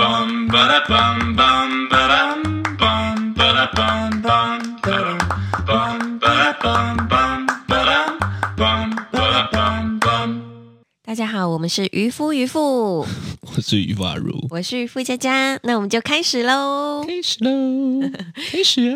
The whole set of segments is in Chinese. bum ba da bum bum ba dum bum ba da bum bum ba dum bum ba da bum bum ba dum bum ba da bum bum. 大家好，我们是渔夫渔 妇，我是于法如，我是付佳佳，那我们就开始喽。开始喽，开始啊！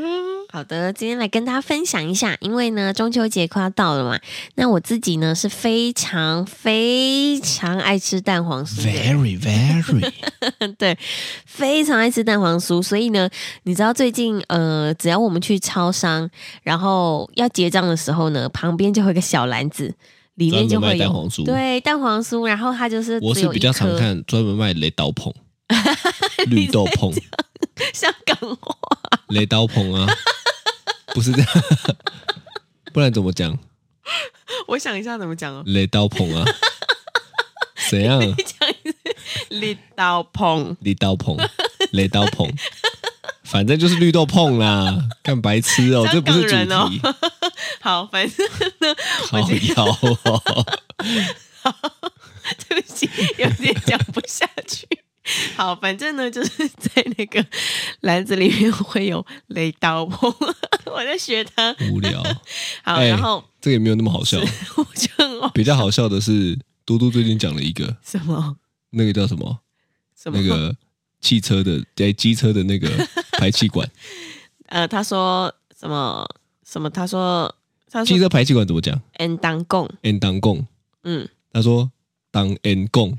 好的，今天来跟大家分享一下，因为呢中秋节快要到了嘛，那我自己呢是非常非常爱吃蛋黄酥的 Very, very， 对，非常爱吃蛋黄酥，所以呢，你知道最近呃，只要我们去超商，然后要结账的时候呢，旁边就会有一个小篮子，里面就专门会有卖蛋黄酥对蛋黄酥，然后它就是我只是有比一较常颗看专门卖雷刀碰、绿豆碰、 香港话，雷刀 碰啊，不是这样， 不然怎么讲 我想一下怎么讲哦，雷刀碰啊？怎样？你讲一次，绿豆碰，雷刀碰，雷刀碰，反正就是绿豆碰啦，干白痴哦、这香不港是主人哦题，好，反正呢，好妖哦，对不起，有点讲不下去。 好，反正呢，就是在那个篮子里面会有雷刀碰， 我在学它。无聊。好，哎哦然后这个也没有那么好笑， 我就很哦比较好笑的是嘟嘟最近讲了一个，什么那个叫什么？什么那个汽车的在机车 的那个排气管，呃，他说什么什么？他说他汽说车排气管怎么讲 “n 当共？n 当共，”，嗯， 他说当 n 共，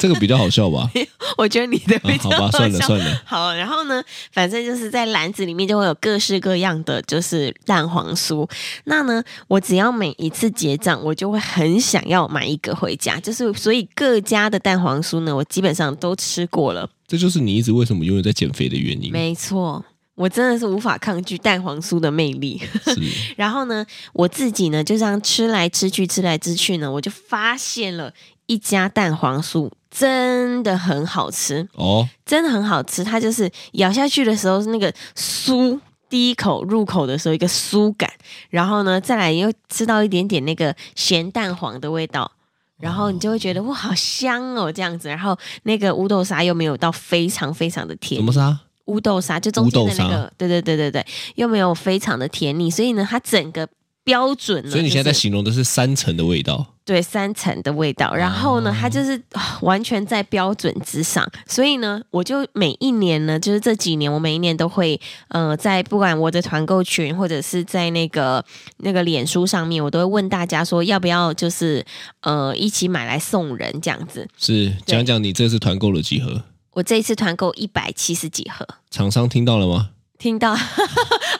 这个比较好 笑吧？我觉得你的啊比，较好吧，算了笑算了，好，然后呢，反正就是在篮子里面就会有各式各样的就是蛋黄酥。那呢，我只要每一次结账，我就会很想要买一个回家。就是所以各家的蛋黄酥呢，我基本上都吃过了。这就是你一直为什么永远在减肥的原因。没错，我真的是无法抗拒蛋黄酥的魅力。 是，然后呢，我自己呢就这样吃来吃去，吃来吃去呢，我就发现了一家蛋黄酥真的很好吃。哦，真的很好吃，它就是咬下去的时候是那个酥，第一口入口的时候一个酥感，然后呢再来又吃到一点点那个咸蛋黄的味道。然后你就会觉得哇，好香哦，这样子。然后那个乌豆沙又没有到非常非常的甜怎，么啊杀？乌豆沙就中间的那乌豆个，对对对对对，又没有非常的甜腻，所以呢，它整个标准呢，所以你现在在就是形容的是三层的味道，对三层的味道，然后呢，哦它就是啊完全在标准之上，所以呢，我就每一年呢，就是这几年，我每一年都会呃，在不管我的团购群或者是在那个那个脸书上面，我都会问大家说要不要就是呃一起买来送人这样子。是讲讲你这次团购的集合，我这一次团购一百七十几盒，厂商听到了吗？听到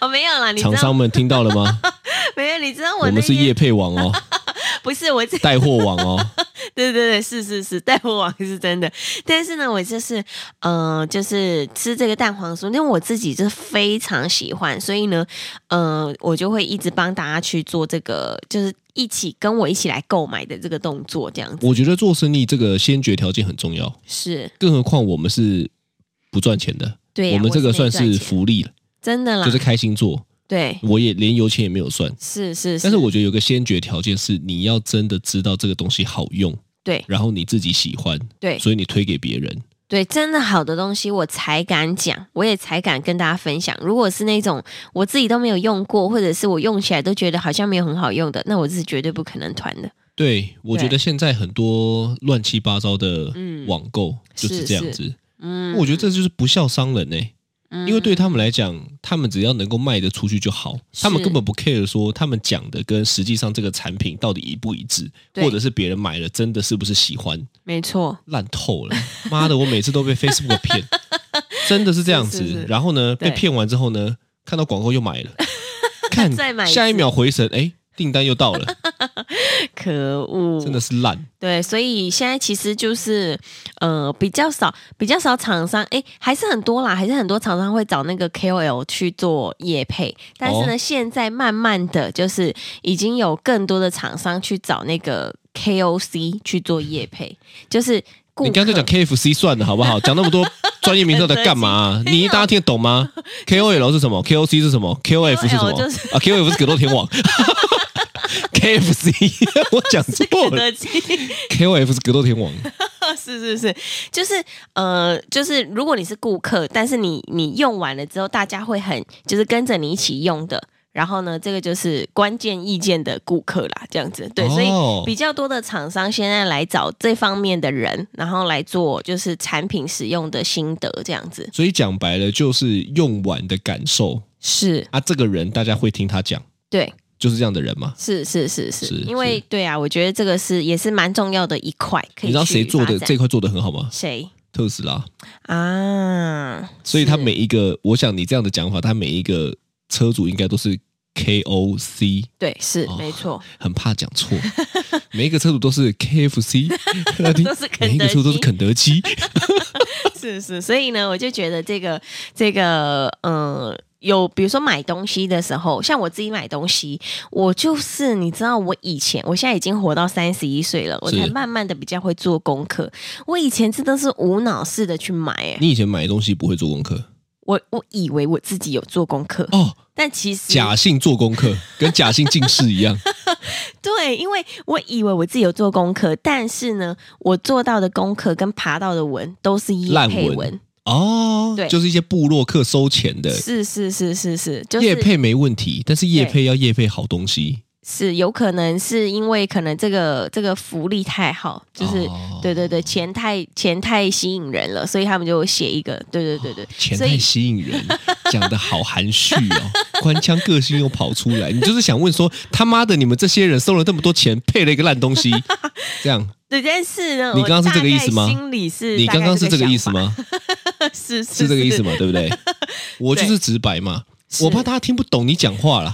哦没有啦，你知厂道商们听到 了吗？没有？你知道我我那们是天业配网哦，不是我这带货网哦，对对对，是是是，带我网是真的。但是呢，我就是呃，就是吃这个蛋黄酥，因为我自己就是非常喜欢，所以呢，呃，我就会一直帮大家去做这个，就是一起跟我一起来购买的这个动作，这样子我觉得做生意这个先决条件很重要。是更何况我们是不赚钱的，对、呀我们这个算我是没是赚钱福利了，真的啦，就是开心做，对，我也连油钱也没有算。是是是，但是我觉得有个先决条件是，你要真的知道这个东西好用，对然后你自己喜欢，对所以你推给别人。对，真的好的东西我才敢讲，我也才敢跟大家分享。如果是那种我自己都没有用过，或者是我用起来都觉得好像没有很好用的，那我是绝对不可能团的。对，我对觉得现在很多乱七八糟的嗯网购就是是这样子。嗯，我觉得这就是不孝商人呢、欸嗯因为对他们来讲，他们只要能够卖得出去就好，他们是根本不 care 说他们讲的跟实际上这个产品到底一不一致，对或者是别人买了真的是不是喜欢。没错，烂透了，妈的，我每次都被 Facebook 骗，真的是这样子。是是是然后呢，对被骗完之后呢，看到广告又买 了，看再买一次下一秒回神，哎，订单又到了，可恶，真的是烂。对，所以现在其实就是呃比较少，比较少厂商，哎，还是很多啦，还是很多厂商会找那个 KOL 去做业配，但是呢，哦现在慢慢的就是已经有更多的厂商去找那个 KOC 去做业配，就是顾你干脆客讲 KFC 算了，好 不好？讲那么多专业名字到底干嘛啊、很得劲你大家听得懂吗？KOL 是什么？KOC 是什么？KOF 是什么 KOL 就是？啊，KOF 是格斗天 王。KFC，我讲错肯了。德基 KOF 是格斗天王， 是是是，就是呃，就是如果你是顾客，但是你你用完了之后，大家会很就是跟着你一起用的。然后呢，这个就是关键意见的顾客啦，这样子对，所以哦比较多的厂商现在来找这方面的人，然后来做就是产品使用的心得这样子。所以讲白了就是用完的感受是，啊，这个人大家会听他讲，对，就是这样的人嘛。是是是是，是因为对啊，我觉得这个是也是蛮重要的一块，可以你知道去谁做的发展这一块做的很好吗？谁特斯拉。啊？所以他是每一个，我想你这样的讲法，他每一个车主应该都是 KOC，对是、哦没错，很怕讲错。 每一个车主都是 KFC，那听都是 肯德基每一个车主都是肯德基，是是，所以呢，我就觉得这个这个呃，有比如说买东西的时候，像我自己买东西，我就是你知道，我以前我现在已经活到三十一岁了，我是才慢慢的比较会做功课。我以前真的是无脑式的去买、欸， 你以前买东西不会做功课我我以为我自己有做功课，哦，但其实假性做功课跟假性近视一样，对，因为我以为我自己有做功课，但是呢，我做到的功课跟爬到的文都是叶烂配文文， 哦，对就是一些部落客收钱的。是是是是是，就是叶配没问题，但是叶配要叶配好东西，是有可能是因为可能这个这个福利太好，就是、哦对对对，钱太钱太吸引人了，所以他们就写一个，对对对对，哦钱所太以吸引人， 讲的好含蓄哦， 官腔个性又跑出来。你就是想问说，他妈的，你们这些人收了这么多钱，配了一个烂东西，这样？对，但是呢，你我刚刚是大这个意概思吗心里 是你大刚概刚是这个想意思法？吗？ 是是是这个意思？吗？对不对？ 我就是直白嘛，我怕是大家听不懂你讲话啦。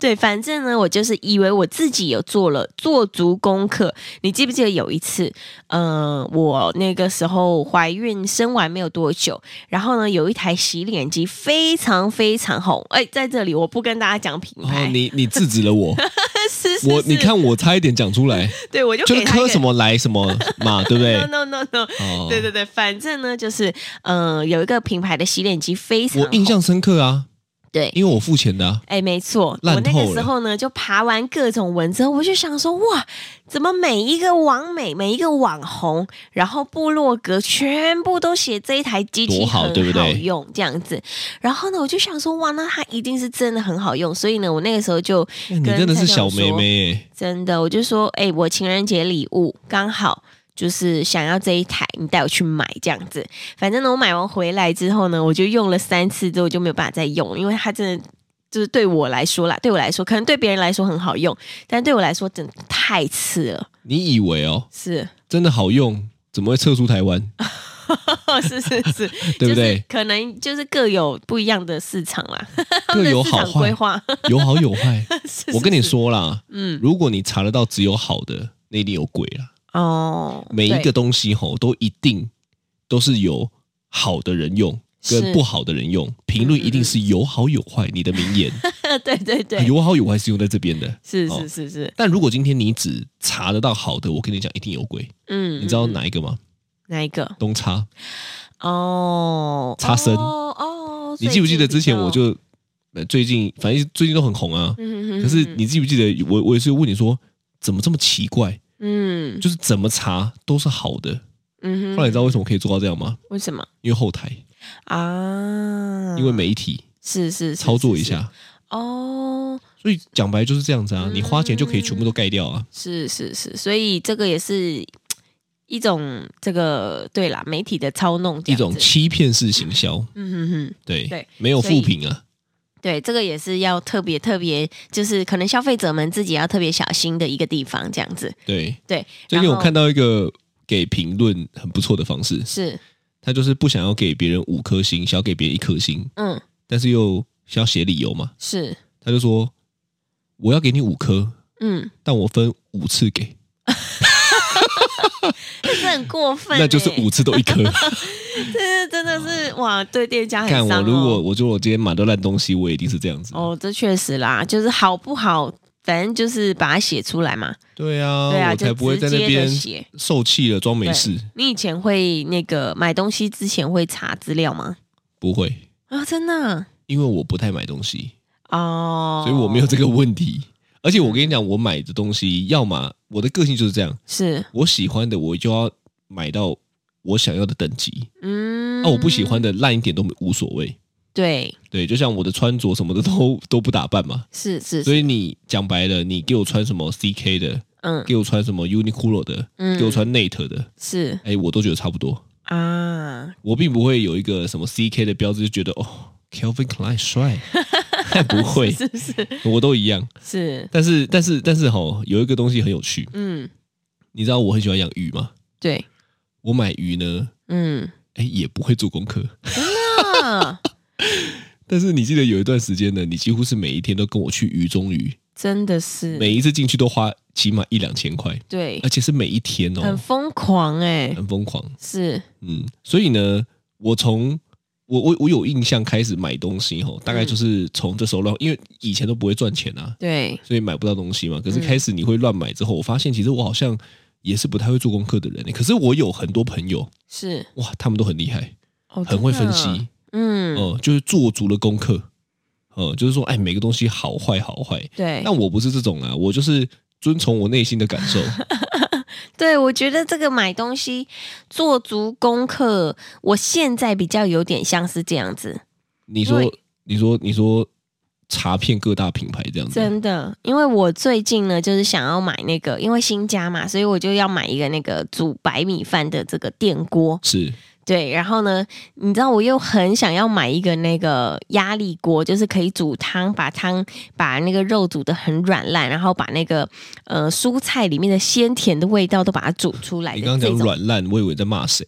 对，反正呢，我就是以为我自己有做了做足功课。你记不记得有一次，呃，我那个时候怀孕生完没有多久，然后呢，有一台洗脸机非常非常红。哎，在这里我不跟大家讲品牌，哦，你你制止了我， 是是我是你看我差一点讲 出来，对我就就是给他一磕个什么来什么 嘛，对不对？ No no no no，、哦，对对对，反正呢就是，嗯、有一个品牌的洗脸机非常我印象红深刻啊，对，因为我付钱的啊。哎，没错，烂我那透个时了候呢，就爬完各种文之后，我就想说，哇，怎么每一个网美、每一个网红，然后部落格全部都写这一台机器多好很对不对好用这样子？然后呢，我就想说，哇，那它一定是真的很好用。所以呢，我那个时候就哎你跟真的是蔡小康妹说妹欸耶，真的，我就说，哎、我情人节礼物刚好就是想要这一台，你带我去买这样子。反正呢，我买完回来之后呢，我就用了三次之后就没有办法再用了，因为它真的。就是对我来说啦，对我来说，可能对别人来说很好用，但对我来说真的太次了，你以为哦， 是真的好用，怎么会撤出台湾？哦是是是， 对不就是对？可能就是各有不一样的市场啦， 他们各的有市好场规坏，划。 有好有坏。我跟你说啦，嗯，如果你查得到只有好的，那一定有鬼啦。哦，每一对个东西吼，都一定都是有好的人用跟是不好的人用，评论一定是有好有坏。你的名嗯言 对对对，有好有坏是用在这边的。是哎哦是是是，但如果今天你只查得到好的，我跟你讲，一定有鬼。嗯，你知道嗯嗯哪一个吗？哪一个？东差。哦，擦身哦哦，你记不记得之前我最就呃最近，反正最近都很红啊。近比较，可是你记不记得我我也是问你说怎么这么奇怪，嗯，嗯就是怎么查都是好的。嗯，后来你知道为什么可以做到这样吗？为什么因为后台，啊？因为媒体是是是操作一是是下，哦，所以讲白就是这样子啊，嗯你花钱就可以全部都盖掉啊。是是是，所以这个也是一种这个对啦，媒体的操弄这一样子，种欺骗式行销，嗯哼哼，对，对没有负评啊，对，这个也是要特别特别，就是可能消费者们自己要特别小心的一个地方，这样子，对。对，最近然我后看到一个给评论很不错的方式，是，他就是不想要给别人五颗星，想要给别人一颗星，嗯，但是又想要写理由嘛，是，他就说我要给你五颗， 嗯，但我分五次给，这很过分欸，那就是五次都 一颗。这真的是哇，对店家很看伤、哦。我，如果我觉得我今天买到烂东西，我也一定是这样子。哦，这确实啦，就是好不好，反正就是把它写出来嘛。对啊，对啊，我才就不会直在那接的边写。受气了装没对事，你以前会那个买东西之前会查资料吗？不会，啊，真的啊因为我不太买东西，哦，所以我没有这个问题。而且我跟你讲，我买的东西，要么我的个性就是这样，是我喜欢的我就要买到我想要的等级。嗯，那、哦我不喜，欢的烂一点都无所谓。对，对，就像我的穿着什么的都 都不打扮嘛，是是，所以以你讲白了，你给我穿什么 CK 的，嗯给我穿什么 Uniqlo 的，嗯，给我穿 Nate 的，是哎，我都觉得差不多。啊，我并不会有一个什么 CK 的标志，就觉得哦，Calvin Klein 帅， 不会， 是是我都一样。是，但是但是但是吼，有一个东西很有趣，嗯，你知道我很喜欢养鱼吗？对，我买鱼呢， 嗯，哎，也不会做功课。 啊，但是你记得有一段时间呢，你几乎是每一天都跟我去鱼中鱼，真的是，每一次进去都花起码一两千块，对而，且是每一天很啊哦，嗯疯狂哎，很疯狂。是，嗯，所以呢，我从我我我有印象开始买东西吼，大概嗯就是从这时候乱，因为以前都不会赚钱啊，对，所以买不到东西嘛。可是嗯开始你会乱买之后，我发现其实我好像也是不太会做功课的人欸、可是我有很多朋友，是，哇，他们都很厉害，哦很会分，真的析，嗯，哦、就是做足了功课，哦、就是说，哎，每个东西好坏好坏。对，但我不是这种啊，我就是遵从我内心的 感受。对，我觉得这个买东西做足功课，我现在比较有点像是这样子，你说对，你说，你说，查遍各大品牌这样子，真的。因为我最近呢，就是想要买那个，因为新家嘛，所以我就要买一个那个煮白米饭的这个电锅。是对，然后呢，你知道我又很想要买一个那个压力锅，就是可以煮汤，把汤把那个肉煮的很软烂，然后把那个呃蔬菜里面的鲜甜的味道都把它煮出来你的刚刚哎这讲种。软烂，我以为在 骂谁？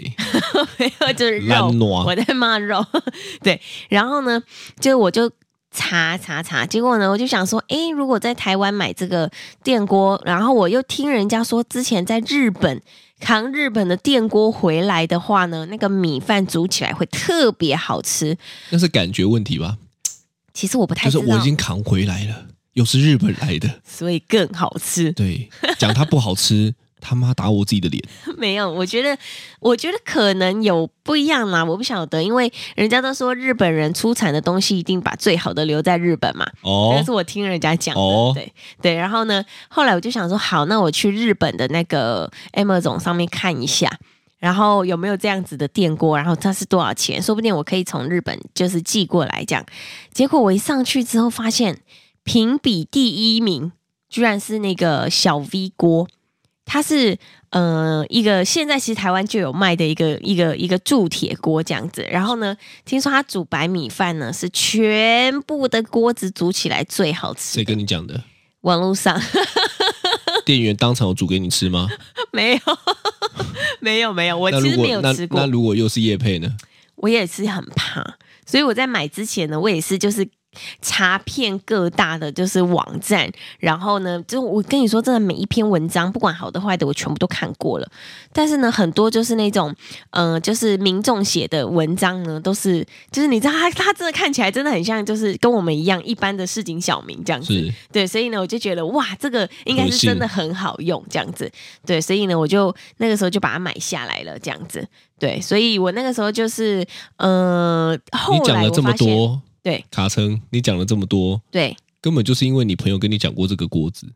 没有， 就是肉烂，暖我在骂肉。 对，然后呢，就我就查查查，结果呢，我就想说，诶，如果在台湾买这个电锅，然后我又听人家说，之前在日本扛日本的电锅回来的话呢，那个米饭煮起来会特别好吃。那是感觉问题吧？其实我不太就知是道，我已经扛回来了，又是日本 来的，所以更好吃。对，讲它不好吃，他妈打我自己的脸。没有，我觉得，我觉得可能有不一样啦，我不晓得，因为人家都说日本人出产的东西一定把最好的留在日本嘛。这哦个是我听人家讲的，哦 对对。然后呢，后来我就想说，好，那我去日本的那个 Amazon 上面看一下，然后有没有这样子的电锅，然后它是多少钱，说不定我可以从日本就是寄过来这样。结果我一上去之后，发现评比第一名居然是那个小 V 锅，它是呃一个现在其实台湾就有卖的一个一个一个铸铁锅这样子。然后呢，听说它煮白米饭呢是全部的锅子煮起来最好吃谁的。跟你讲的？网络上店员当场有煮给你吃吗？没有没有没有， 我那其如实果没有那吃过那。如果又是叶配呢？我也是很怕，所以我在买之前呢，我也是就是查遍各大的就是网站，然后呢，就我跟你说，真的每一篇文章，不管好的坏的，我全部都看过了。但是呢，很多就是那种，呃，就是民众写的文章呢，都是就是你知道他他真的看起来真的很像，就是跟我们一样一般的市井小民这样子。是对，所以呢，我就觉得哇，这个应该是真的很好用，这样子。对，所以呢，我就那个时候就把它买下来了，这样子。对，所以我那个时候就是，呃，后你来我讲了这么发现，多，对卡称，你讲了这么多，对根本就是因为你朋友跟你讲过这个锅子，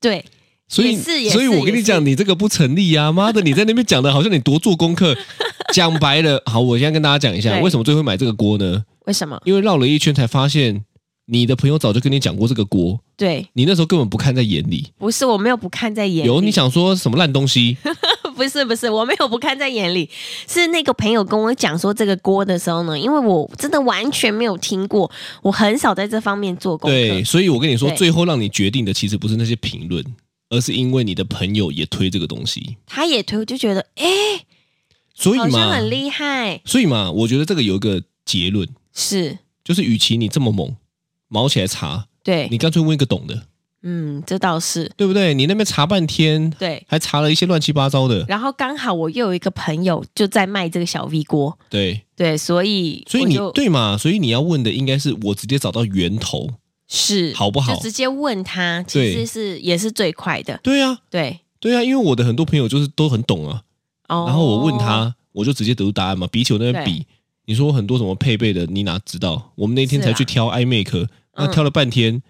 对，所以也是也是所以我跟你也讲，你这个不成立 啊！妈的，你在那边讲的好像你多做功课。讲白了， 好，我现在跟大家讲一下，对为什么最后会买这个锅呢？为什么？因为绕了一圈才发现，你的朋友早就跟你讲过这个锅，对，你那时候根本不看在眼里。不是我没有不看在眼里，有你想说什么烂东西？ 不是不是，我没有不看在眼里，是那个朋友跟我讲说这个锅的时候呢，因为我真的完全没有听过，我很少在这方面做功课。对，所以我跟你说，对最后让你决定的其实不是那些评论，而是因为你的朋友也推这个东西，他也推，我就觉得哎，所以好像嘛，很厉害，所以嘛，我觉得这个有一个结论，是就是与其你这么猛，毛起来查，对，你干脆问一个懂的，嗯，这倒是对不对？你那边查半天，对。还查了一些乱七八糟的，然后刚好我又有一个朋友就在卖这个小 V 锅，对，对，所以所以我你就对嘛？所以你要问的应该是我直接找到源头，是好不好就直接问他，其实对是也是最快的，对啊，对。对啊，因为我的很多朋友就是都很懂啊，哦，然后我问他，我就直接得出答案嘛。比起我那边比，你说很多什么配备的，你哪知道？我们那天是啊才去挑 iMac，那嗯挑了 半天，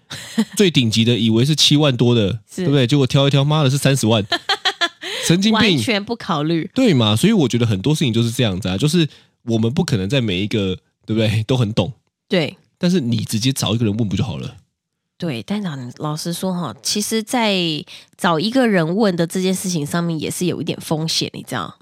最顶级的以为是七万多的，是 对不对？结果挑一挑，妈的是三十万，神经完病，全不考虑。对嘛？所以我觉得很多事情就是这样子啊，就是我们不可能在每一个对不对都很懂，对但是你直接找一个人问不就好了？对，但老老实说哈，其实，在找一个人问的这件事情上面，也是有一点风险，你知道？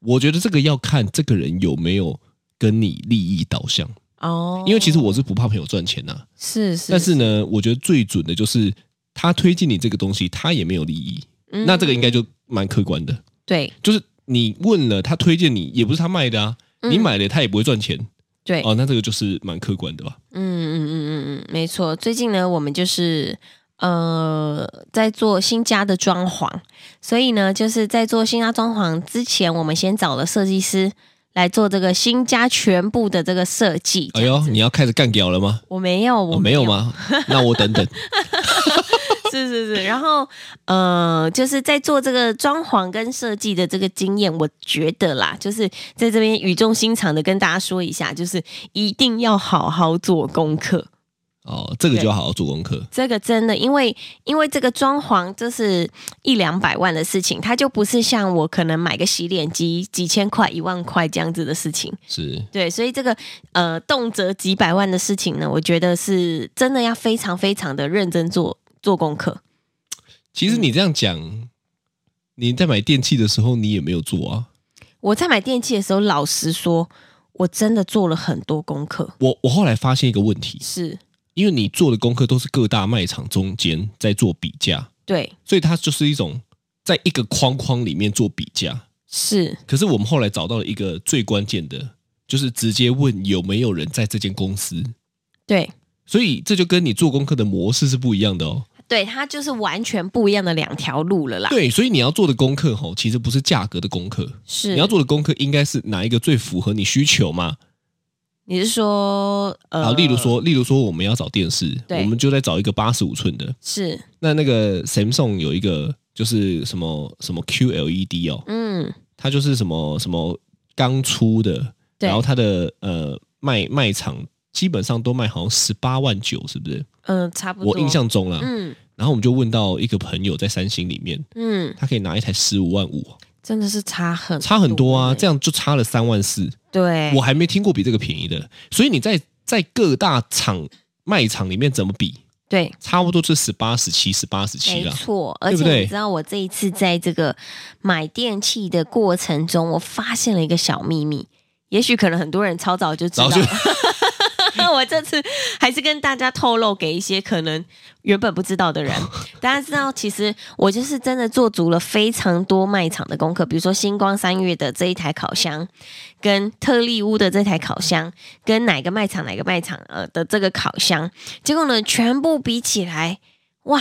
我觉得这个要看这个人有没有跟你利益导向，哦，因为其实我是不怕朋友赚钱啊呐、是是，但是呢，我觉得最准的就是他推荐你这个东西，他也没有利益，嗯那这个应该就蛮客观的，对就是你问了他推荐你，也不是他卖的啊，嗯你买了他也不会赚钱对，哦，那这个就是蛮客观的吧？嗯嗯嗯嗯嗯，没错。最近呢，我们就是呃在做新家的装潢，所以呢，就是在做新家装潢之前，我们先找了设计师来做这个新家全部的这个设计。哎呦，你要开始干掉了吗？我没有，我、我没 有？吗？那我等等。是是是，然后呃，就是在做这个装潢跟设计的这个经验，我觉得啦，就是在这边语重心长的跟大家说一下，就是一定要好好做功课。哦，这个就要好好做功课。这个真的，因为因为这个装潢这是一两百万的事情，它就不是像我可能买个洗脸机几千块、一万块这样子的事情。是，对，所以这个呃动辄几百万的事情呢，我觉得是真的要非常非常的认真做做功课。其实你这样讲，你在买电器的时候，你也没有做啊。我在买电器的时候，老实说，我真的做了很多功课。我我后来发现一个问题，是因为你做的功课都是各大卖场中间在做比价，对，所以它就是一种在一个框框里面做比价。是可是我们后来找到了一个最关键的，就是直接问有没有人在这间公司。对。所以这就跟你做功课的模式是不一样的哦。对，它就是完全不一样的两条路了啦。对，所以你要做的功课吼，其实不是价格的功课，是你要做的功课应该是哪一个最符合你需求嘛？你是说啊，呃，例如说，例如说我们要找电视，对我们就在找一个八十五寸的。是那那个 Samsung 有一个就是什么什么 QLED 哦，嗯，它就是什么什么刚出的，对然后它的呃卖卖场基本上都卖好像十八万九，是不是？嗯，差不多。我印，象中啊啦。嗯然后我们就问到一个朋友在三星里面，嗯，他可以拿一台十五万五，真的是差很差很多啊，这样样就差了三万四。对，我还没听过比这个便宜的，所以你在在各大厂卖场里面怎么比？对，差不多是十八、十七、十八、十七没啦。错。而对不且对你知道，我这一次在这个买电器的过程中，我发现了一个小秘密。也许可能很多人超早就知道早就， 我这次还是跟大家透露给一些可能原本不知道的 人。大家知道，其实我就是真的做足了非常多卖场的功课，比如说星光三月的这一台烤箱，跟特利屋的这台烤箱，跟哪个卖场哪个卖场呃的这个烤箱，结果呢，全部比起来，哇，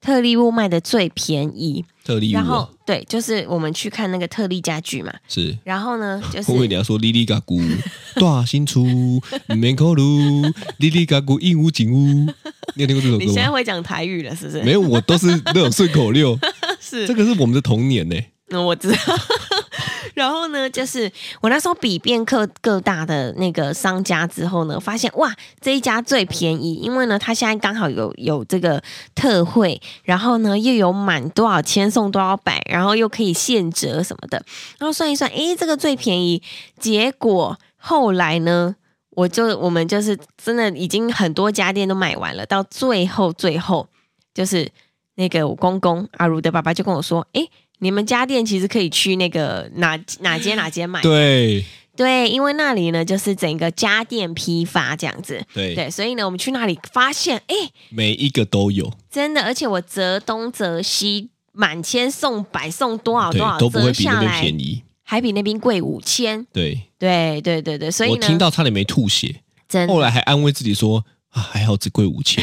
特利屋卖的最便宜。特例五然啊后对，就是我们去看那个特利家具嘛，是。然后呢，就后面你是。要说哩哩嘎咕， 大新出门口路，哩哩嘎咕应屋景屋，你有听过这首你现在歌吗？会讲台语了，是不是？没有，我都是那种顺口 溜，是这个是我们的童年呢、嗯，我知道。 然后呢，就是我那时候比遍各各大的那个商家之后呢，发现哇，这一家最便宜，因为呢，它现在刚好有有这个特惠，然后呢又有满多少钱送多少百，然后又可以现折什么的，然后算一算，诶，这个最便宜。结果后来呢，我就我们就是真的已经很多家店都买完了，到最后最后就是那个我公公阿如的爸爸就跟我说，诶。你们家店其实可以去那个哪哪间哪间买，对对，因为那里呢就是整个家电批发这样子，对对，所以呢我们去那里发现，哎，每一个都有，真的，而且我折东折西，满千送百送多少对哦多少，都不会比折那下边来便宜。还比那边贵五千，对，对对对对，所以我呢，嗯听到差哦点没吐血，真后来还安慰自己说啊，还好只贵五千，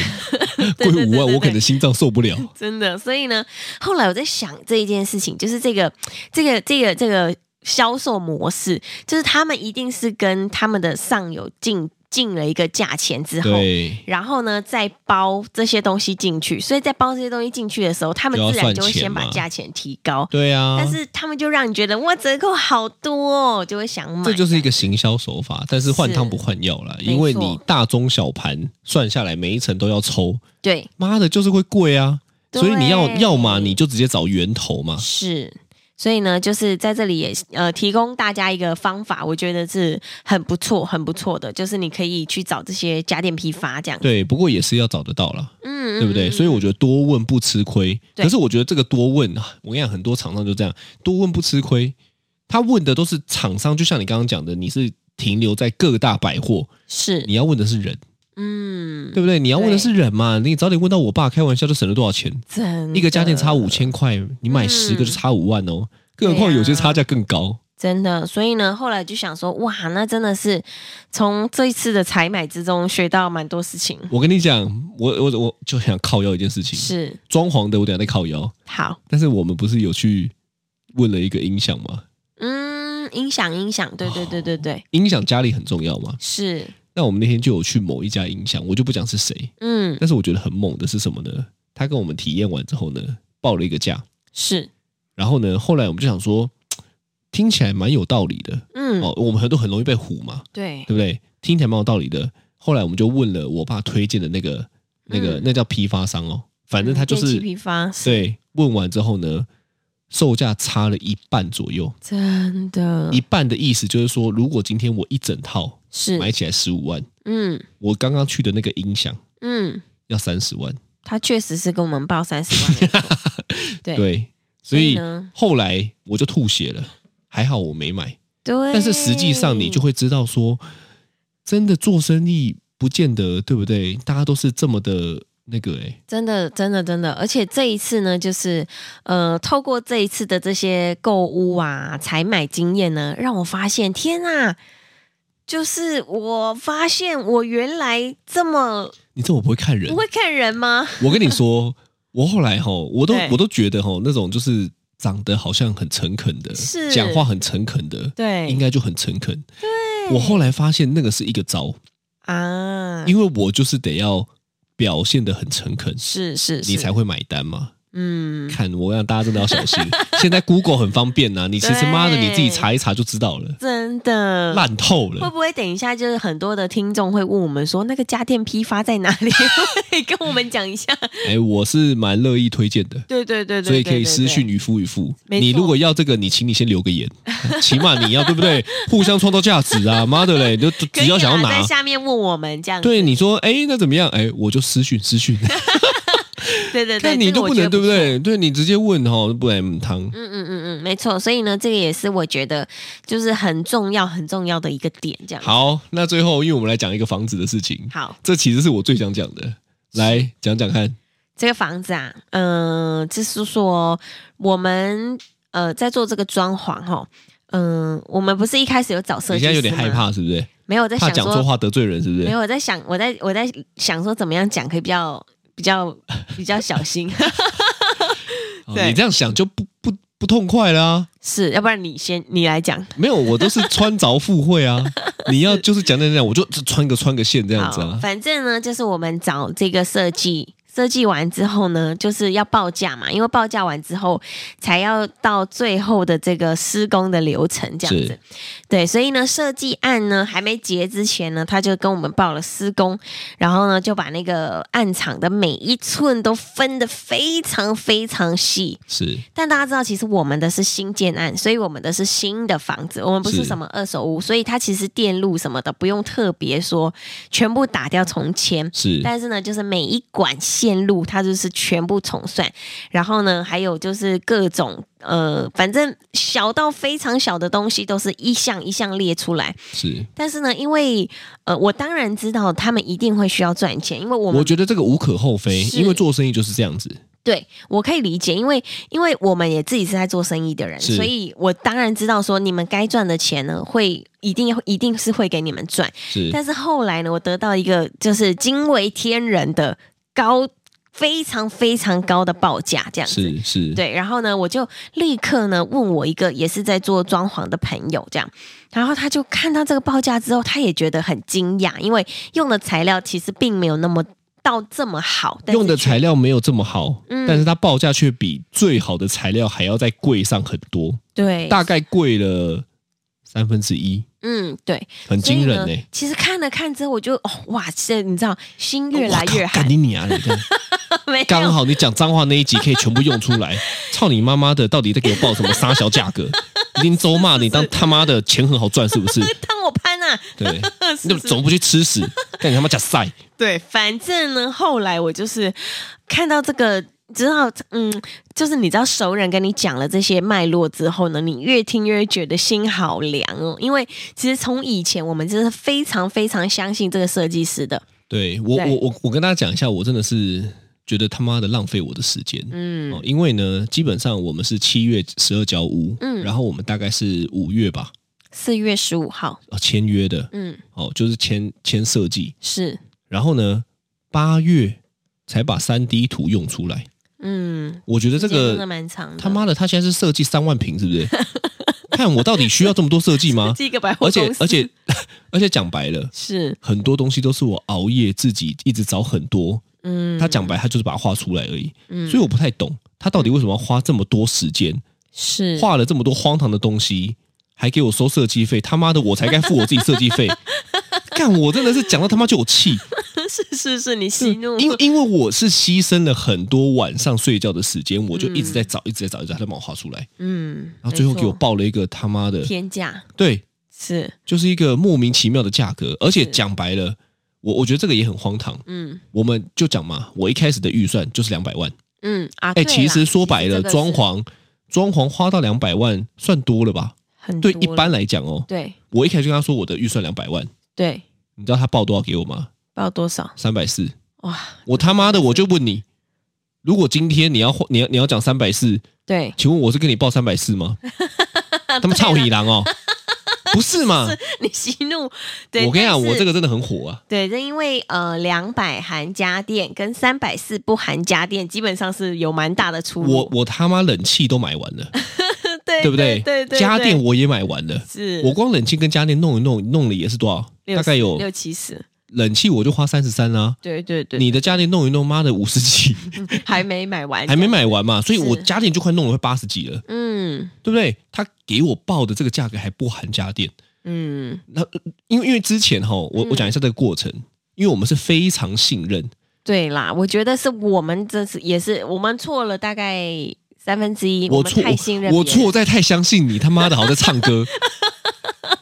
贵 对对五万对对我可能心脏受不了。真的，所以呢，后来我在想这一件事情，就是这个这个这个这个销售模式，就是他们一定是跟他们的上游进进了一个价钱之后。对，然后呢，再包这些东西进去，所以在包这些东西进去的时候，他们就要自然算就会钱先嘛把价钱提高，对啊，但是他们就让你觉得哇，折扣好多、哦，就会想买。这就是一个行销手法，但是换是汤不换药啦，没错因为你大中小盘算下来，每一层都要抽，对，妈的，就是会贵啊。对所以你要，要么你就直接找源头嘛，是所以呢，就是在这里也呃提供大家一个方法，我觉得是很不错、很不错的，就是你可以去找这些家电批发这样。对，不过也是要找得到啦，嗯，嗯对不对？嗯所以我觉得多问不吃亏。对可是我觉得这个多问啊，我跟你讲，很多厂商就这样，多问不吃亏。他问的都是厂商，就像你刚刚讲的，你是停留在各大百货，是你要问的是人，嗯，对不对？你要问的是人嘛，你早点问到我爸，开玩笑就省了多少钱？真的一个家电差五千块，你买十嗯个就差五万哦，啊更何况有些差价更高。真的，所以呢，后来就想说，哇，那真的是从这一次的采买之中学到蛮多事情。我跟你讲，我我我就想靠腰一件事情，是装潢的我等一下再靠腰，好，但是我们不是有去问了一个音响吗？嗯，音响音响，对对对对对，音响家里很重要嘛？是，那我们那天就有去某一家音响，我就不讲是谁，嗯，但是我觉得很猛的是什么呢？他跟我们体验完之后呢，报了一个价，是，然后呢，后来我们就想说，听起来蛮有道理的嗯，哦。我们很多很容易被唬嘛，对，对不对？听起来蛮有道理的。后来我们就问了我爸推荐的那个那个、嗯那叫批发商哦，反正他就嗯电是器批发，是对。问完之后呢，售价差了一半左右，真的一，半的意思就是说，如果今天我一整套是，买起来十五万，嗯我刚刚去的那个音响嗯，要三十万，他确实是跟我们报三十万没错， 对对，所所以以呢后来我就吐血了，还好我没买。对，但是实际上你就会知道说，真的做生意不见得对不对？大家都是这么的那个哎、真的，真的，真的，而且这一次呢，就是呃，透过这一次的这些购物啊、采买经验呢，让我发现，天啊！就是我发现我原来这么你这么不会看人不。会看人吗？我跟你说，我后来吼，我都对我都觉得吼，那种就是长得好像很诚恳的，是讲话很诚恳的，对，应该就很诚恳。我后来发现那个是一个招，啊，因为我就是得要表现的很诚恳，是是是，你才会买单嘛。嗯，看，我让大家真的要小心。现在 Google 很方便呐、你其实对妈的你自己查一查就知道了，真的烂透会了。不会等一下就是很多的听众会问我们说那个家电批发在哪里？ 可以跟我们讲一下。哎，我是蛮乐意推荐的。对对对对，所以可以对私讯。对对渔夫渔夫，没你错如果要这个，你请你先留个言， 起码你要对不对？互相创造价值啊！妈的嘞，就就可只以要想要啦拿在，下面问我们这样子。对你说，哎，那怎么样？哎，我就私讯私讯，对对对， 看你这个都我不觉能得对不错？对？对你直接问哈，不然嗯汤嗯嗯嗯嗯，没错。所以呢，这个也是我觉得就是很重要、很重要的一个点，这样。，好。那最后，因为我们来讲一个房子的事情，好，这其实是我最想讲的，来讲讲看。这个房子啊，嗯、就是说我们呃在做这个装潢哈，嗯、我们不是一开始有找设你计师现在有点吗害，怕是不是？没有我在怕想讲说错话得罪人是不没是？有，我在想，我在我在想说怎么样讲可以比较比较 比较小心， 哦对你这样想就不不不痛快啦、是要不然你先你来讲，没有，我都是穿着附 会啊。你要就是讲讲讲，我就穿个穿个线这样子好啊。反正呢，就是我们找这个设计。设计完之后呢，就是要报价嘛，因为报价完之后才要到最后的这个施工的流程这样子是。对，所以呢，设计案呢还没结之前呢，他就跟我们报了施工，然后呢就把那个案场的每一寸都分得非常非常细。是但大家知道，其实我们的是新建案，所以我们的是新的房子，我们不是是什么二手屋，所以它其实电路什么的不用特别说全部打掉重签。是，但是呢，就是每一管线路它就是全部重算，然后呢，还有就是各种呃，反正小到非常小的东西都是一项一项列出来。是。但是呢，因为呃，我当然知道他们一定会需要赚钱，因为我们我觉得这个无可厚非，是因为做生意就是这样子。对，我可以理解，因为因为我们也自己是在做生意的人，是所以我当然知道说你们该赚的钱呢，会一定一定是会给你们赚。是但是后来呢，我得到一个就是惊为天人的高，非常非常高的报价，这样子。是是，对，然后呢，我就立刻呢问我一个也是在做装潢的朋友，这样，然后他就看到这个报价之后，他也觉得很惊讶，因为用的材料其实并没有那么到这么好，但是用的却材料没有这么好，嗯但是它报价却比最好的材料还要再贵上很多，对大概贵了三分之一，嗯，对，很所以惊人欸呢呢、其实看了看之后，我就哦哇，这你知道心越来我靠越寒干，你娘的！这样 没有刚好你讲脏话那一集可以全部用出 来。操你妈妈的，到底在给我报什么杀小价格？林州骂你当他妈的钱很好赚是不是？当我潘呐、对， 是那不是怎么不去吃屎？干你他妈假赛！对，反正呢，后来我就是看到这个。知道，嗯，就是你知道熟人跟你讲了这些脉络之后呢，你越听越觉得心好凉哦。因为其实从以前我们就是非常非常相信这个设计师的，对我对我我我跟大家讲一下，我真的是觉得他妈的浪费我的时间。嗯哦，因为呢，基本上我们是七月十二交屋，嗯然后我们大概是五月吧，四月十五号，哦，签约的，嗯，哦，就是签签设计，是，然后呢，八月才把三 D 图用出来。嗯，我觉得这时间真的个蛮长的，他妈的，他现在是设计三万平，是 不是？看我到底需要这么多设计吗？是一个百货而且公司而且 而且讲白了，是，很多东西都是我熬夜自己一直找很多，嗯，他讲白他就是把它画出来而已，嗯所以我不太懂他到底为什么要花这么多时间，是画了这么多荒唐的东西，还给我收设计费，他妈的我才该付我自己设计 费。干我真的是讲到他妈就有气，是是是，你息怒，因因为我是牺牲了很多晚上睡觉的时间，我就一直在找，一直在找，一直在帮我画出来，嗯，然后最后给我没错报了一个他妈的，天价，对，是，就是一个莫名其妙的价格，而且讲白了，我我觉得这个也很荒唐。嗯我们就讲嘛，我一开始的预算就是两百万，嗯啊，哎、对啦其实说白了，这个是装潢装潢花到两百万算多了吧？很对多一了般来讲哦，对我一开始就跟他说我的预算两百万，对，你知道他报多少给我吗？报多少？三百四。哇，我他妈的，我就问你，如果今天你要花你要你要讲三百四，对， 请问我是跟你报三百四吗？他们操你狼哦，不是 嘛？你息怒，对，我跟你讲，但是我这个真的很火啊。对，这因为呃，两百含家电跟三百四不含家电，基本上是有蛮大的出入，我我他妈冷气都买 完了，对对不对？对？对对，家对电我也买完了，是我光冷气跟家电弄一弄，弄了也是多少？ 60大概有六七十，冷气我就花三十三啦，对对对，你的家电弄一弄，妈的五十几， 还没买完，还没，买完嘛，所以是我家电就快弄了快八十几了，嗯对不对？他给我报的这个价格还不含家电，嗯，那呃因为因为之前哈，我我讲一下这个过程，因为我们是非常信任，对啦，我觉得是我们这次也是我们错了大概三分之一，们错太信任我别人错，在太相信你，他妈的好像在唱歌，是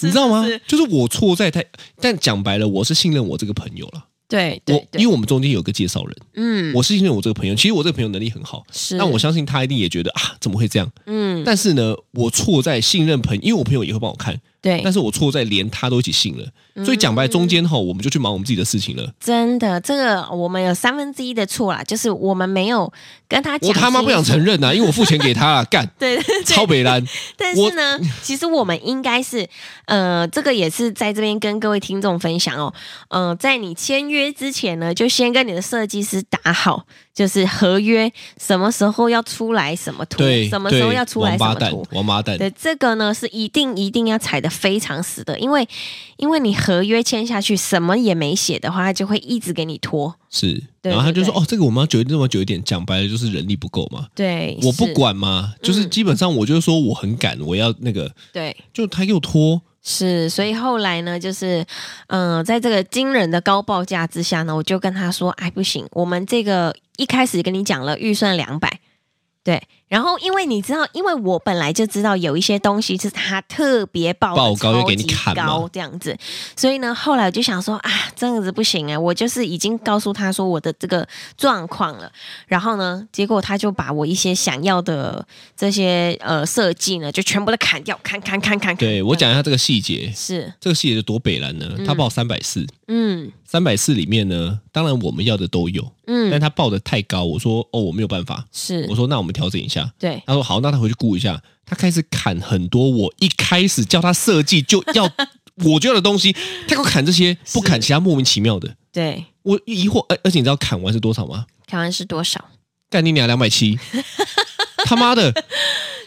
你知道吗是是？就是我错在太，但讲白了，我是信任我这个朋友了。对我对因为对，我们中间有个介绍人，嗯，我是信任我这个朋友。其实我这个朋友能力很好，是，但我相信他一定也觉得啊，怎么会这样？嗯，但是呢，我错在信任朋因为我朋友也会帮我看，对，但是我错在连他都一起信了。所以讲白，中间哈，我们就去忙我们自己的事情了。真的，这个我们有三分之一的错啦，就是我们没有跟他讲。我他妈不想承。认啊呐、因为我付钱给他了，干对， 对对超北兰。但是 呢，其实我们应该是，呃，这个也是在这边跟各位听众分享哦，呃，在你签约之前呢，就先跟你的设计师打好，就是合约什么时候要出来什么图，对，什么时候对要出来什王么八蛋图，，王八蛋。对，这个呢是一定一定要踩的非常死的，因为因为你合约签下去什么也没写的话，他就会一直给你拖。是，对然后他就对说：“对哦，这个我们要久一点，这么久一点。”讲白了就是人力不够嘛。对，我不是，管嘛，就是嗯基本上我就说我很赶，我要那个，对。就他给我拖，是，所以后来呢，就是，嗯、在这个惊人的高报价之下呢，我就跟他说，哎，不行，我们这个一开始跟你讲了预算两百，对，然后因为你知道，因为我本来就知道有一些东西是他特别报报报高就给你砍嘛高这样子，所以呢，后来我就想说啊，这样子不行哎，我就是已经告诉他说我的这个状况了，然后呢，结果他就把我一些想要的这些呃设计呢，就全部都砍掉，砍砍砍砍砍，对我讲一下这个细节，是。这个细节就多北兰呢，他报三百四，嗯三百四里面呢，当然我们要的都有，但嗯，他报的太高，我说哦我没有办法，是我，说那我们调整一下，对，他说好，那他回去估一下，他开始砍很多我一开始叫他设计就要我就要的东西，他给我砍这些，不砍其他莫名其妙的，对，我疑惑，而而且你知道砍完是多少吗？台湾是多少？干你娘两 百七，他妈的，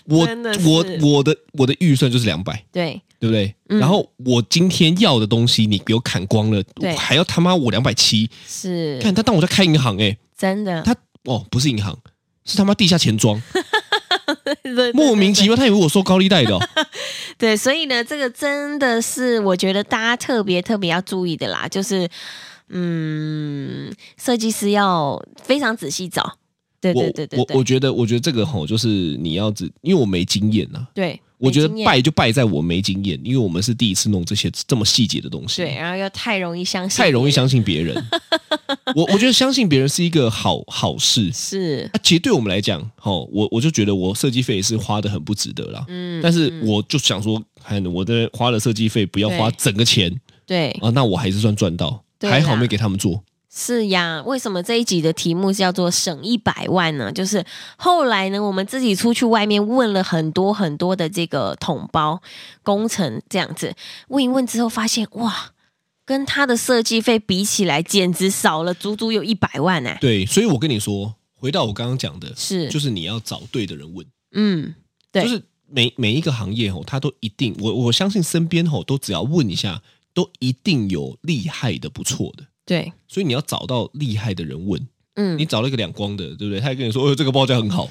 我真的是我我的我的预算就是两百，对，对不对？嗯然后我今天要的东西你给我砍光了，对我还要他妈我两百七，是看他当我在开银行哎、真的，他哦不是银行，是他妈地下钱庄， 对对对莫名其对妙他以为我收高利贷的哦、对，所以呢，这个真的是我觉得大家特别特别要注意的啦，就是。嗯，设计师要非常仔细找。对 对对对我我对，我觉得，我觉得这个吼，就是你要只，因为我没经验呐、对，我觉得没经验败就败在我没经验，因为我们是第一次弄这些这么细节的东西，对，，然后又太容易相信别人，太容易相信别人。 我我觉得相信别人是一个好好事。是，啊，其实对我们来讲，吼，我我就觉得我设计费是花的很不值得啦。嗯，但是嗯我就想说，看我的花了设计费，不要花对整个钱对啊，那我还是算赚到，对啊还好啦没给他们做。是呀，为什么这一集的题目是叫做“省一百万”呢？就是后来呢，我们自己出去外面问了很多很多的这个统包工程这样子，问一问之后发现，哇，跟他的设计费比起来，简直少了足足有一百万哎、对，所以我跟你说，回到我刚刚讲的，是，就是你要找对的人问，嗯，对就是每每一个行业吼，他都一定，我我相信身边吼都只要问一下，都一定有厉害的不错的。对，所以你要找到厉害的人问，嗯你，找了一个两光的，对不对？他也跟你说，哦，这个报价很 好，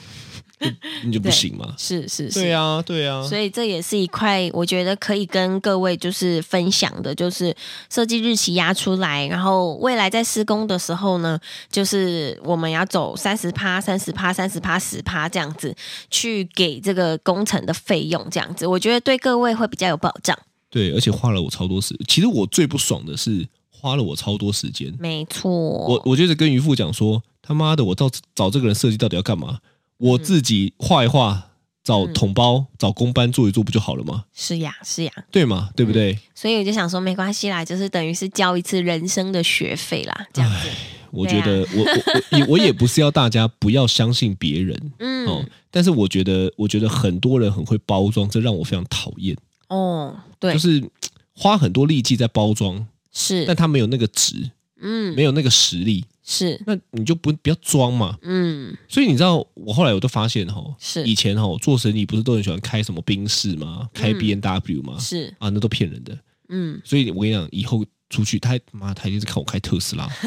就你就不对行嘛？是是是，对啊，对啊，所以这也是一块我觉得可以跟各位就是分享的，就是设计日期压出来，然后未来在施工的时候呢，就是我们要走三十趴、三十趴、三十趴、十趴这样子去给这个工程的费用，这样子我觉得对各位会比较有保障。对，而且花了我超多时。其实我最不爽的是花了我超多时间。没错，我我就是跟渔夫讲说，他妈的，我到找这个人设计到底要干嘛？我自己画一画，找嗯统包、找工班做一做不就好了吗？是呀是呀，对吗？对不对？所以我就想说没关系啦，就是等于是交一次人生的学费啦，这样子。我啊觉得我、我我也我也不是要大家不要相信别人嗯哦，但是我觉得我觉得很多人很会包装，这让我非常讨厌，哦，对，就是是嘖花很多力气在包装，但他没有那个值，嗯没有那个实力，是那你就不不要装嘛。嗯所以你知道，我后来我都发现哈、哦，是以前哈、哦、做生意不是都很喜欢开什么宾士吗？开嗯 B N W 吗？是啊，那都骗人的。嗯。所以我跟你讲，以后出去，他妈他一定是看我开特斯拉，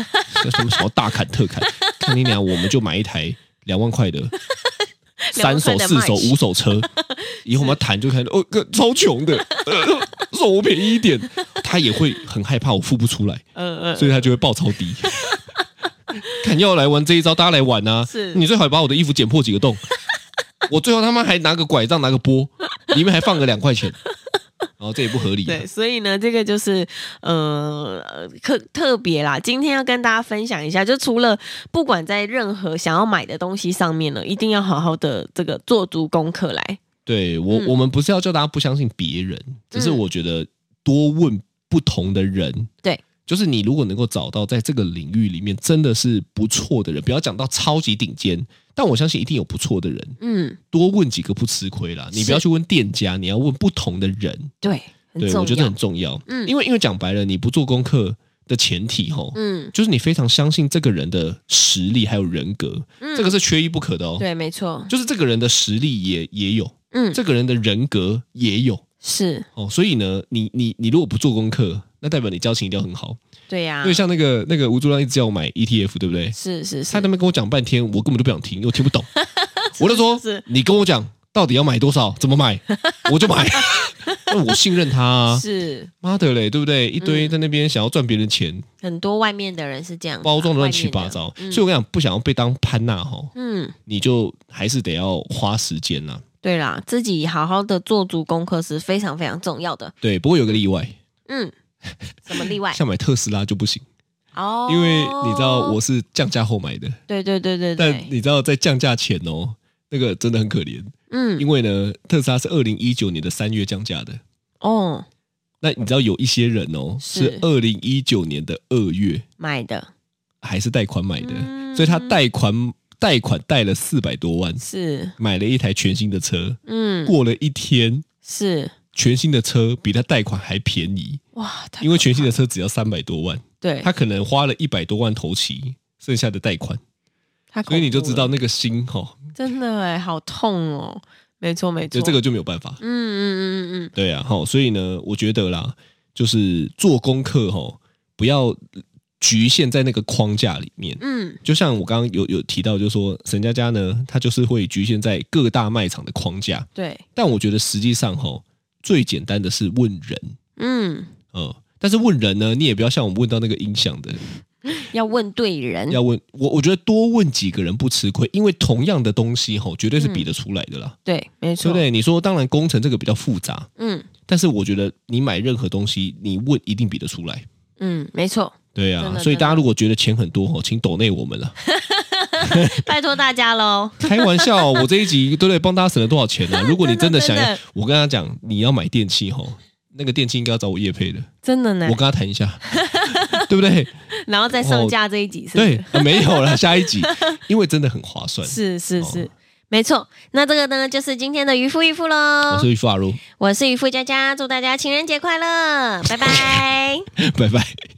他们想要大砍特砍，看你俩我们就买一台两万 块的两万块三手、的四手、 March 五 手车，以后我们要谈就看哦，个超穷的，呃 送我便宜一点，他也会很害怕我付不出来，嗯所以他就会报超低。 看要来玩这一招，大家来玩啊！是你最好把我的衣服剪破几个洞，我最后他妈还拿个拐杖，拿个钵，里面还放个两块钱，然后这也不合理、啊。对，所以呢，这个就是呃呃特特别啦。今天要跟大家分享一下，就除了不管在任何想要买的东西上面呢，一定要好好的这个做足功课来。对我，嗯我们不是要叫大家不相信别人，只是我觉得多问不同的人，对，就是你如果能够找到在这个领域里面真的是不错的人，不要讲到超级顶尖，但我相信一定有不错的人，嗯，多问几个不吃亏啦。你是不要去问店家，你要问不同的人，对，很对重要。我觉得很重要。嗯因为因为讲白了，你不做功课的前提吼，嗯就是你非常相信这个人的实力还有人格，嗯，这个是缺一不可的哦。对，没错。就是这个人的实力也也有，嗯，这个人的人格也有。是哦，所以呢，你你你如果不做功课，那代表你交情一定要很好。对呀、因为像那个那个吴竹亮一直叫我买 ETF，对不对？嗯是是是他那，边跟我讲半天，我根本都不想听，因为我 听不懂。我就说是，你跟我讲到底要买多少，怎么买，我就 买。那我信任他啊，是嗯妈的嘞，对不对？一堆在那边想要赚别人钱，很多外面的人是这样包装的嗯的乱七八糟。所以我跟你讲，不想要被当潘娜哈、嗯，你就还是得要花时间呐、对啦，自己好好的做足功课是非常非常重要的。对，不过有个例外，嗯，什么例外？ 像买特斯拉就不行，哦，因为你知道我是降价后买的。对对哦对对但对，你知道在降价前哦，那个真的很可怜，嗯，因为呢，特斯拉是二零一九年的三月降价的。哦，那你知道有一些人哦，是是二零一九年的二月买的还是贷款买的，嗯所以他贷款贷款贷了四百多万，是，买了一台全新的车。嗯，过了一天，是，全新的车比他贷款还便宜，哇，太因为全新的可车只要三百多万，怕了对，他可能花了一百多万头期，剩下的贷款，他所以你就知道那个心哈、哦，真的哎，好痛哦，没错没错，就这，个就没有办法。嗯嗯嗯嗯对啊，好，所以呢，我觉得啦，就是做功课吼，不要局限在那个框架里面。嗯，嗯，就像我刚刚有有提到，就是说沈佳佳呢，她就是会局限在各大卖场的框架，对，但我觉得实际上吼，最简单的是问人，嗯，呃，但是问人呢，你也不要像我们问到那个音响的，要问对人，要问我，我觉得多问几个人不吃亏，因为同样的东西吼，绝对是比得出来的啦，对，嗯没对错，不对？你说，当然工程这个比较复杂，嗯但是我觉得你买任何东西，你问一定比得出来。嗯，没错，对真啊，的所以真的大家如果觉得钱很多吼，请抖内我们了。 拜托大家喽。开玩笑，我这一集对不对？帮大家省了多少钱呢、啊 如果你真的想要真的真，我跟他讲，你要买电器吼，那个电器应该要找我叶配的，真的呢我，跟他谈 一下，对不对？然后再上架这一集是不是对，呃没有了，下一集，因为真的很划算。是是是，哦没错。那这个呢，就是今天的渔夫渔夫喽。我是玉发如， 我是渔夫佳佳，祝大家情人节快乐，拜拜。拜拜。